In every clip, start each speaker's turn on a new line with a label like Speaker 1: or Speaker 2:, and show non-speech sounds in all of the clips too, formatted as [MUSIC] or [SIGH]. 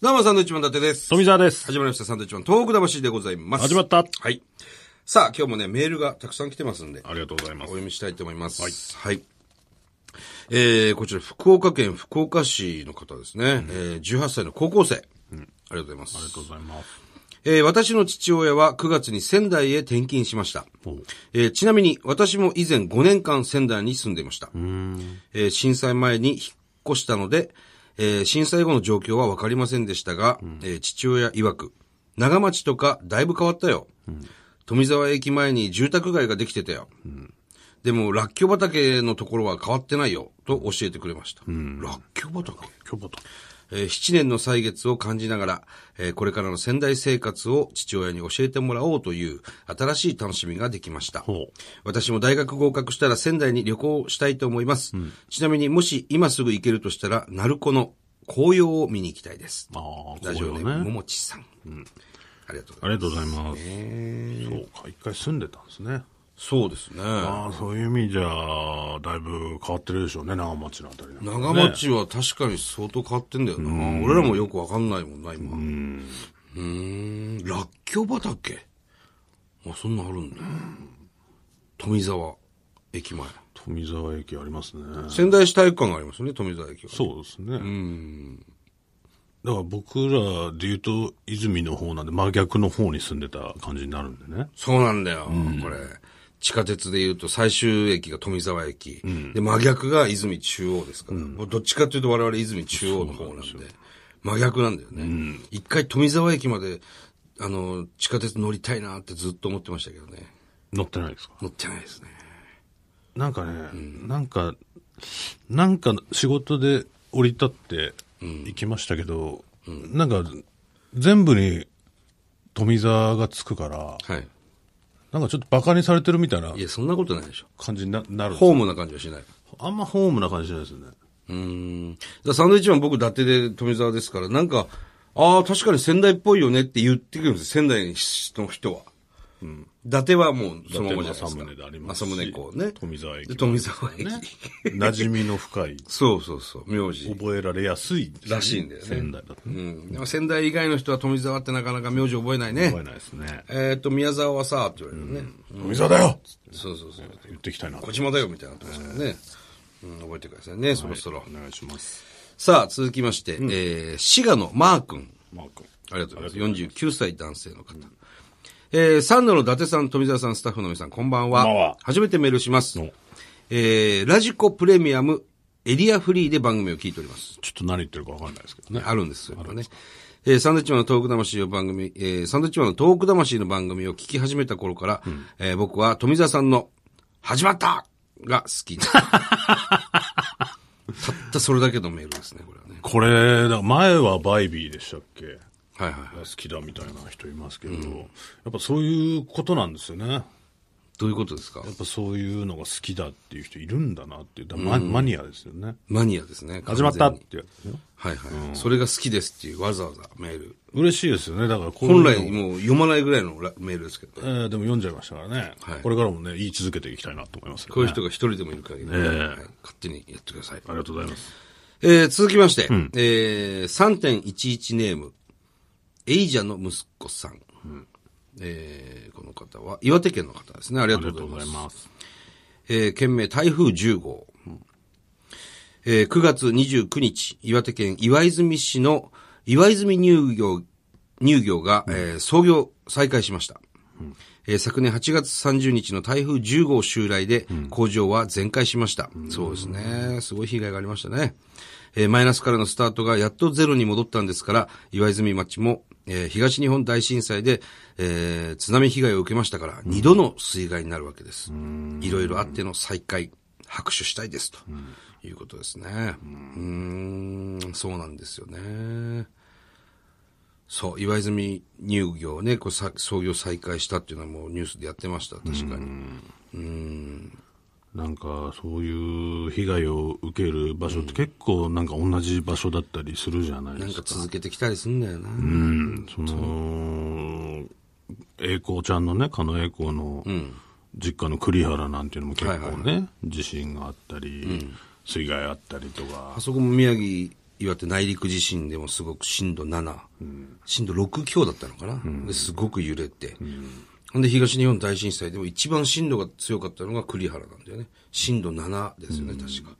Speaker 1: どうも、サンドイッチマン伊達です。
Speaker 2: 富澤です。
Speaker 1: 始まりました、サンドイッチマン、東北魂でございます。
Speaker 2: 始まった
Speaker 1: はい。さあ、今日もね、メールがたくさん来てますんで、
Speaker 2: ありがとうござい
Speaker 1: お
Speaker 2: ます。
Speaker 1: 読みしたいと思います。はい。えー、こちら、福岡県福岡市の方ですね。えー、18歳の高校生。ありがとうございます。
Speaker 2: ありがとうございます。
Speaker 1: えー私の父親は9月に仙台へ転勤しました
Speaker 2: ほう。
Speaker 1: えーちなみに私も以前5年間仙台に住んでいました。えー震災前に引っ越したので、えー震災後の状況はわかりませんでしたが、えー父親曰く、長町とかだいぶ変わったよ。富沢駅前に住宅街ができてたよ。でも、らっきょう畑のところは変わってないよ、と教えてくれました。らっきょう畑
Speaker 2: 今日もと。
Speaker 1: えー7年の歳月を感じながら、えーこれからの仙台生活を父親に教えてもらおうという新しい楽しみができました。
Speaker 2: ほ
Speaker 1: 私も大学合格したら仙台に旅行したいと思います。ちなみにもし今すぐ行けるとしたら、鳴子の紅葉を見に行きたいです。
Speaker 2: う。ああ、
Speaker 1: ラジオネー
Speaker 2: 紅
Speaker 1: ム、
Speaker 2: 葉
Speaker 1: も
Speaker 2: ね。
Speaker 1: もちさん,、ありがとうございます。
Speaker 2: ありがとうございます。そうか、一回住んでたんですね。
Speaker 1: そうですね。
Speaker 2: ああ、そういう意味じゃ、だいぶ変わってるでしょうね、長町のあたりなんかね
Speaker 1: 長町は確かに相当変わってんだよな。俺らもよくわかんないもんな、今。うん。ん、らっきょう畑あ、そんなんあるんだ。富沢駅前。
Speaker 2: 富沢駅ありますね。
Speaker 1: 仙台市体育館がありますよね、富沢駅は。
Speaker 2: そうですね。だから僕らで言うと、泉の方なんで、真逆の方に住んでた感じになるんでね。
Speaker 1: そうなんだよ、これ。地下鉄で言うと最終駅が富沢駅。で、真逆が泉中央ですから。もうどっちかというと我々泉中央の方なんで。真逆なんだよね。一回富沢駅まで、あの、地下鉄乗りたいなってずっと思ってましたけどね。
Speaker 2: 乗ってないですか
Speaker 1: 乗ってないですね。
Speaker 2: なんかね、なんか、なんか仕事で降り立って行きましたけど、なんか全部に富沢がつくから、
Speaker 1: はい。
Speaker 2: なんかちょっと馬鹿にされてるみたいない
Speaker 1: や、そんなことないでしょ。
Speaker 2: 感じにななるんです
Speaker 1: ホー
Speaker 2: よ
Speaker 1: ムな感じはしない。
Speaker 2: あんまホームな感じじゃないですよね。
Speaker 1: うーん。だからサンドイッチマン僕伊達で富沢ですから、なんか、ああ、確かに仙台っぽいよねって言ってくるんですよ。仙台の人は。うん。伊達はもうそのままじゃないですか。
Speaker 2: 伊達の政宗でありますし
Speaker 1: 政宗公ね。
Speaker 2: 富沢駅
Speaker 1: で富沢駅。
Speaker 2: 馴染みの深い、
Speaker 1: そうそうそう。名字。
Speaker 2: 覚えられやすい、
Speaker 1: らしいんだよね
Speaker 2: 仙台だと、
Speaker 1: う
Speaker 2: ね。
Speaker 1: ん。でも仙台以外の人は富沢ってなかなか名字覚えないね
Speaker 2: 覚。えないですね。
Speaker 1: えっと、宮沢はさ、って言われるね。
Speaker 2: 富沢だよ
Speaker 1: そうそうそう。
Speaker 2: 言っていきたいな。
Speaker 1: 小島だよ、みたいなとこですからね。うん、覚えてくださいね、そろそろ。
Speaker 2: お願いします。
Speaker 1: さあ、続きまして、えー、滋賀のマー君。
Speaker 2: マー君。
Speaker 1: ありがとうございます。49歳男性の方。えー、サンドの伊達さん、富澤さん、スタッフの皆さん、こんばんは。
Speaker 2: こんばんは
Speaker 1: 初めてメールします
Speaker 2: お。
Speaker 1: えー、ラジコプレミアムエリアフリーで番組を聞いております。
Speaker 2: ちょっと何言ってるかわかんないですけどね。
Speaker 1: あるんですよ、ね。えー、サンドイッチマンのトーク魂の番組、えー、サンドイッチマンのトーク魂の番組を聞き始めた頃から、えー僕は富澤さんの、始まったが好 [LAUGHS] き。たったそれだけのメールですね、これはね。
Speaker 2: これ、だから前はバイビーでしたっけ
Speaker 1: はいはいはい。
Speaker 2: 好きだみたいな人いますけど、やっぱそういうことなんですよね。や
Speaker 1: どういうことですか
Speaker 2: っぱそういうのが好きだっていう人いるんだなっていう、だからママニアですよね。
Speaker 1: マニアですね。
Speaker 2: 始まった
Speaker 1: 完
Speaker 2: っ
Speaker 1: 全に
Speaker 2: てやつですよ。
Speaker 1: はいはい。それが好きですっていうわざわざメール。
Speaker 2: 嬉しいですよね。だからこうい
Speaker 1: 本
Speaker 2: うの
Speaker 1: 来もう読まないぐらいのラメールですけど
Speaker 2: え
Speaker 1: ね。
Speaker 2: ーでも読んじゃいましたからね、
Speaker 1: はい
Speaker 2: これからもね、言い続けていきたいなと思いますけ
Speaker 1: こ
Speaker 2: ど
Speaker 1: うい
Speaker 2: ね、
Speaker 1: う人が一人でもいる限りね、
Speaker 2: ええ
Speaker 1: はい勝手にやってください。
Speaker 2: ありがとうございます。
Speaker 1: えー続きまして、えー3.11ネーム、エイジャの息子さん。えーこの方は、岩手県の方ですね。ありが
Speaker 2: あり
Speaker 1: とう
Speaker 2: がとう
Speaker 1: ご
Speaker 2: ご
Speaker 1: ざい
Speaker 2: ざい
Speaker 1: ます。
Speaker 2: ます。
Speaker 1: えー、県名台風10号。えー9月29日、岩手県岩泉市の岩泉乳業、乳業が、えー創業再開しました。えー昨年8月30日の台風10号襲来で工場は全壊しました。そうですね。すごい被害がありましたね。えーマイナスからのスタートがやっとゼロに戻ったんですから、岩泉町も、えー東日本大震災で、えー津波被害を受けましたから、二度の水害になるわけです。いろいろあっての再開、拍手したいですということですね。うーん、そうなんですよね。そう、岩泉乳業ね、こうさ創業再開したっていうのはもうニュースでやってました、確かに。
Speaker 2: なんか、そういう被害を受ける場所って結構なんか同じ場所だったりするじゃないですか。
Speaker 1: なんか続けてきたりすんだよな。
Speaker 2: その、栄光ちゃんのね、狩野栄光の実家の栗原なんていうのも結構ね、
Speaker 1: はい
Speaker 2: 地震があったり、水害あったりとか
Speaker 1: あ、そこも宮城岩手内陸地震でもすごく震度7、震度6強だったのかな、ですごく揺れて、ほんで東日本大震災でも一番震度が強かったのが栗原なんだよね震度7ですよね、確か、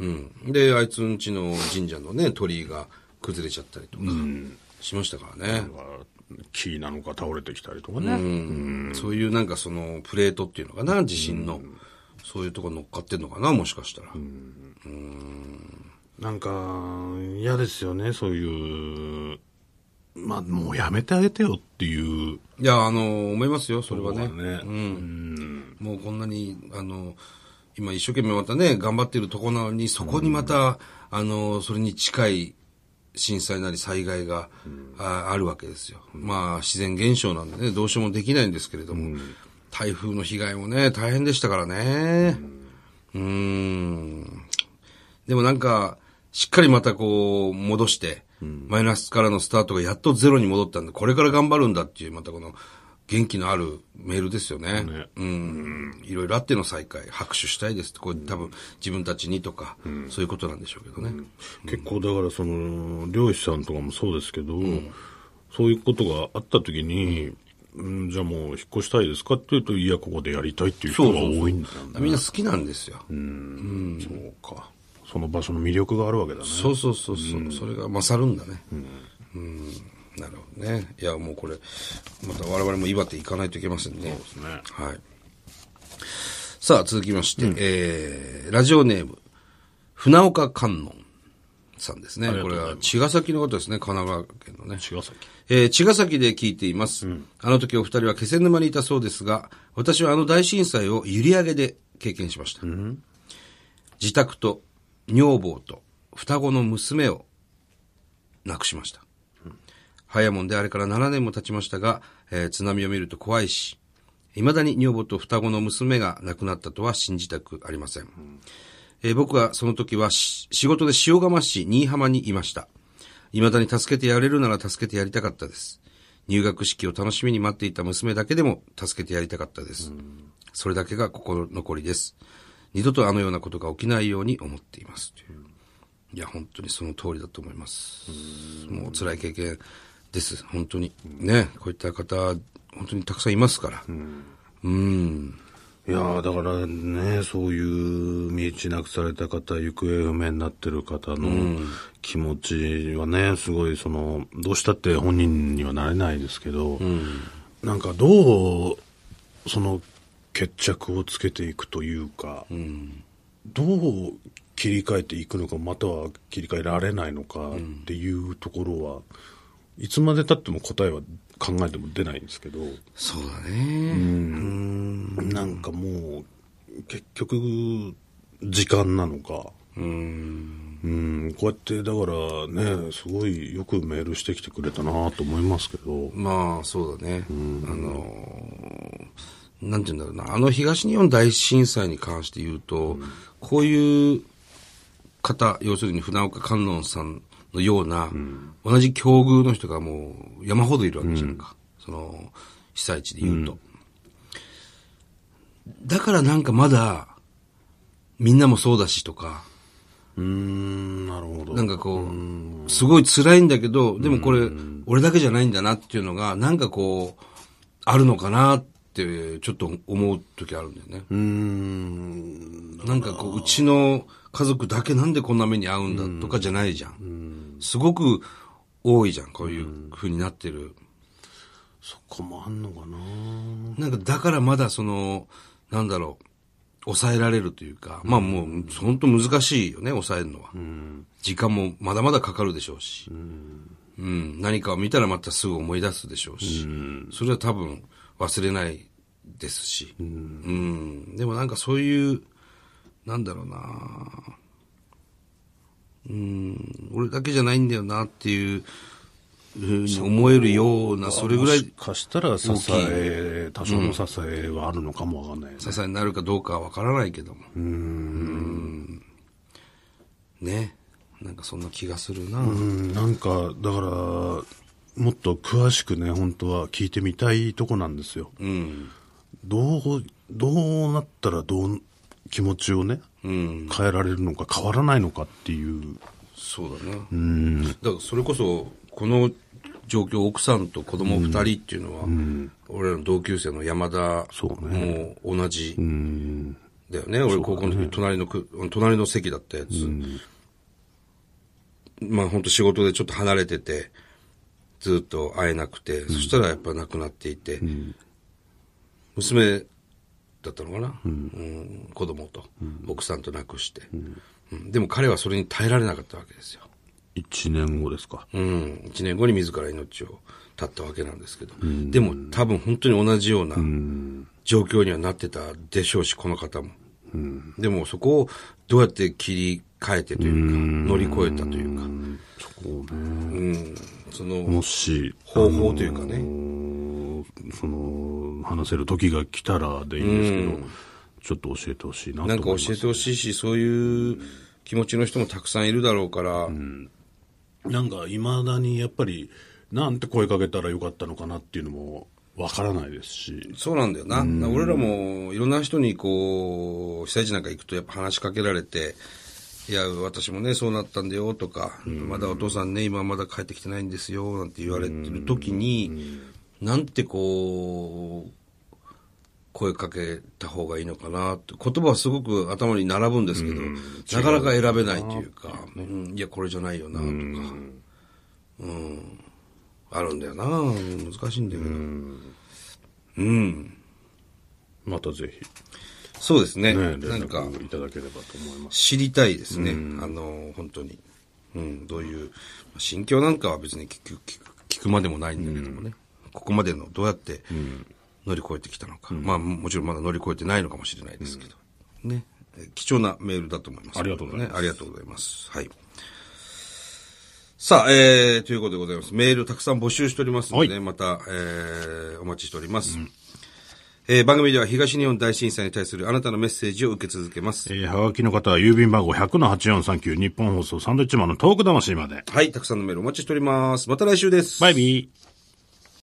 Speaker 1: うん、であいつんちの神社のね鳥居が崩れちゃったりとかしましたからね、
Speaker 2: 木なのか倒れてきたりとかね。
Speaker 1: そういうなんかそのプレートっていうのかな、地震の。そういうとこ乗っかってんのかな、もしかしたら。
Speaker 2: なんか、嫌ですよね、そういう。まあ、もうやめてあげてよっていう。
Speaker 1: いや、あの、思いますよ、それはね。
Speaker 2: うん
Speaker 1: うん。もうこんなに、あの、今一生懸命またね、頑張ってるとこなのに、そこにまた、あの、それに近い震災なり災害が、ああるわけですよ。まあ、自然現象なんでね、どうしようもできないんですけれども、台風の被害もね、大変でしたからね。うん。んでもなんか、しっかりまたこう、戻して、マイナスからのスタートがやっとゼロに戻ったんで、これから頑張るんだっていう、またこの、元気のあるメールですよね。
Speaker 2: ね
Speaker 1: うん。いろいろあっての再会、拍手したいですって、これ多分自分たちにとか、そういうことなんでしょうけどね。
Speaker 2: 結構だからその漁師さんとかもそうですけど、そういうことがあった時に、うん、じゃあもう引っ越したいですかっていうといやここでやりたいっていう人が多いんだよね
Speaker 1: みんな好きなんですよ。
Speaker 2: そうかその場所の魅力があるわけだね
Speaker 1: そうそうそうそう、それが勝るんだね。うん。なるほどね。いや、もうこれ、また我々も岩手行かないといけませんね。
Speaker 2: ですね
Speaker 1: はい。さあ、続きまして、えー、ラジオネーム、船岡観音さんですね。これは茅ヶ崎の方ですね、神奈川県のね。
Speaker 2: 茅ヶ崎
Speaker 1: えー茅ヶ崎で聞いています。あの時お二人は気仙沼にいたそうですが、私はあの大震災を閖上げで経験しました。自宅と女房と双子の娘を亡くしました。早もんであれから7年も経ちましたが、えー津波を見ると怖いし、未だに女房と双子の娘が亡くなったとは信じたくありません。えー僕はその時はし仕事で塩釜市新居浜にいました。未だに助けてやれるなら助けてやりたかったです。入学式を楽しみに待っていた娘だけでも助けてやりたかったです。それだけが心残りです。二度とあのようなことが起きないように思っています。といういや、本当にその通りだと思います。もう辛い経験です。本当に。ね、こういった方、本当にたくさんいますから。うん。
Speaker 2: いやーだからねそういう道なくされた方行方不明になってる方の気持ちはねすごいそのどうしたって本人にはなれないですけど、なんかどうその決着をつけていくというか、どう切り替えていくのかまたは切り替えられないのかっていうところは、いつまでたっても答えは考えても出ないんですけど。
Speaker 1: そうだね。
Speaker 2: なんかもう、結局、時間なのか。うん、こうやって、だからね、すごいよくメールしてきてくれたなと思いますけど、
Speaker 1: まあ、そうだね。あのー、なんて言うんだろうな。あの東日本大震災に関して言うと、こういう方、要するに船岡観音さんのような、同じ境遇の人がもう山ほどいるわけじゃないか。その、被災地で言うと。だからなんかまだ、みんなもそうだしとか、
Speaker 2: うーん、なるほど。
Speaker 1: なんかこう、すごい辛いんだけど、でもこれ、俺だけじゃないんだなっていうのが、なんかこう、あるのかなって、ちょっと思う時あるんだよね。
Speaker 2: うーん、
Speaker 1: なんかこう、うちの家族だけなんでこんな目に遭うんだとかじゃないじゃん。すごく多いじゃん、こういう風になってる。
Speaker 2: そこもあんのかな
Speaker 1: なんかだからまだその、なんだろう、抑えられるというか、まあもう、本当難しいよね、抑えるのは。時間もまだまだかかるでしょうし。うん、何かを見たらまたすぐ思い出すでしょうし、それは多分忘れないですし、うんでもなんかそういう、なんだろうなうん、俺だけじゃないんだよなっていう、ふうに思えるような、それぐら
Speaker 2: も
Speaker 1: い
Speaker 2: しかしたら支え、多少の支えはあるのかもわかんないですね。
Speaker 1: 支えになるかどうかはわからないけども。うん。ね。なんかそんな気がするな。
Speaker 2: うん、なんか、だから、もっと詳しくね、本当は聞いてみたいとこなんですよ。
Speaker 1: うん。
Speaker 2: どう、どうなったらどう、気持ちをね、変えられるのか変わらないのかっていう
Speaker 1: そうだな。だからそれこそ、この状況、奥さんと子供二人っていうのは、俺らの同級生の山田
Speaker 2: そう
Speaker 1: も同じ。だよね。俺高校の時、隣のく、隣の席だったやつ。まあ本当仕事でちょっと離れてて、ずっと会えなくて、そしたらやっぱ亡くなっていて、娘だったのかな、うん子供と、奥さんと亡くして、うんでも彼はそれに耐えられなかったわけですよ。
Speaker 2: 1年後ですか。
Speaker 1: うん、1年後に自ら命を絶ったわけなんですけど、でも多分本当に同じような状況にはなってたでしょうし、この方も。でもそこをどうやって切り替えてというか、乗り越えたというか、
Speaker 2: そこね。
Speaker 1: うん、その
Speaker 2: もし、
Speaker 1: 方法というかね、
Speaker 2: その、話せる時が来たらでいいんですけど、ちょっと教えてほしいなと思
Speaker 1: ないんか
Speaker 2: ま
Speaker 1: 教
Speaker 2: す。
Speaker 1: えてほしいし、そういう気持ちの人もたくさんいるだろうから、
Speaker 2: なんか、いまだにやっぱり、なんて声かけたらよかったのかなっていうのも、わからないですし、
Speaker 1: そうなんだよな。俺らもいろんな人にこう、被災地なんか行くとやっぱ話しかけられて、いや、私もね、そうなったんだよとか、まだお父さんね、今まだ帰ってきてないんですよ、なんて言われてる時に、なんてこう、声かけた方がいいのかなって、言葉はすごく頭に並ぶんですけど、なかなか選べないというか、うんいや、これじゃないよな、とか、うん、あるんだよな、難しいんだよな。うん
Speaker 2: またぜひ、
Speaker 1: そうですね。
Speaker 2: ね、連
Speaker 1: なんか、
Speaker 2: 絡いただければと思います。
Speaker 1: 知りたいですね。あの、本当に。うん、どういう、心境なんかは別に聞く、聞く、聞くまでもないんだけどもね。ここまでの、どうやって乗り越えてきたのか。まあ、もちろんまだ乗り越えてないのかもしれないですけど。ね。え貴重なメールだと思います。
Speaker 2: ありがとうございます
Speaker 1: ねありがとうございます。はい。さあ、えー、ということでございます。メールたくさん募集しておりますので、また、えー、お待ちしております。えー番組では東日本大震災に対するあなたのメッセージを受け続けます。
Speaker 2: えー、はがきの方は郵便番号100-8439日本放送サンドイッチマンのトーク魂まで。
Speaker 1: はい、たくさんのメールお待ちしております。また来週です。
Speaker 2: バイビー。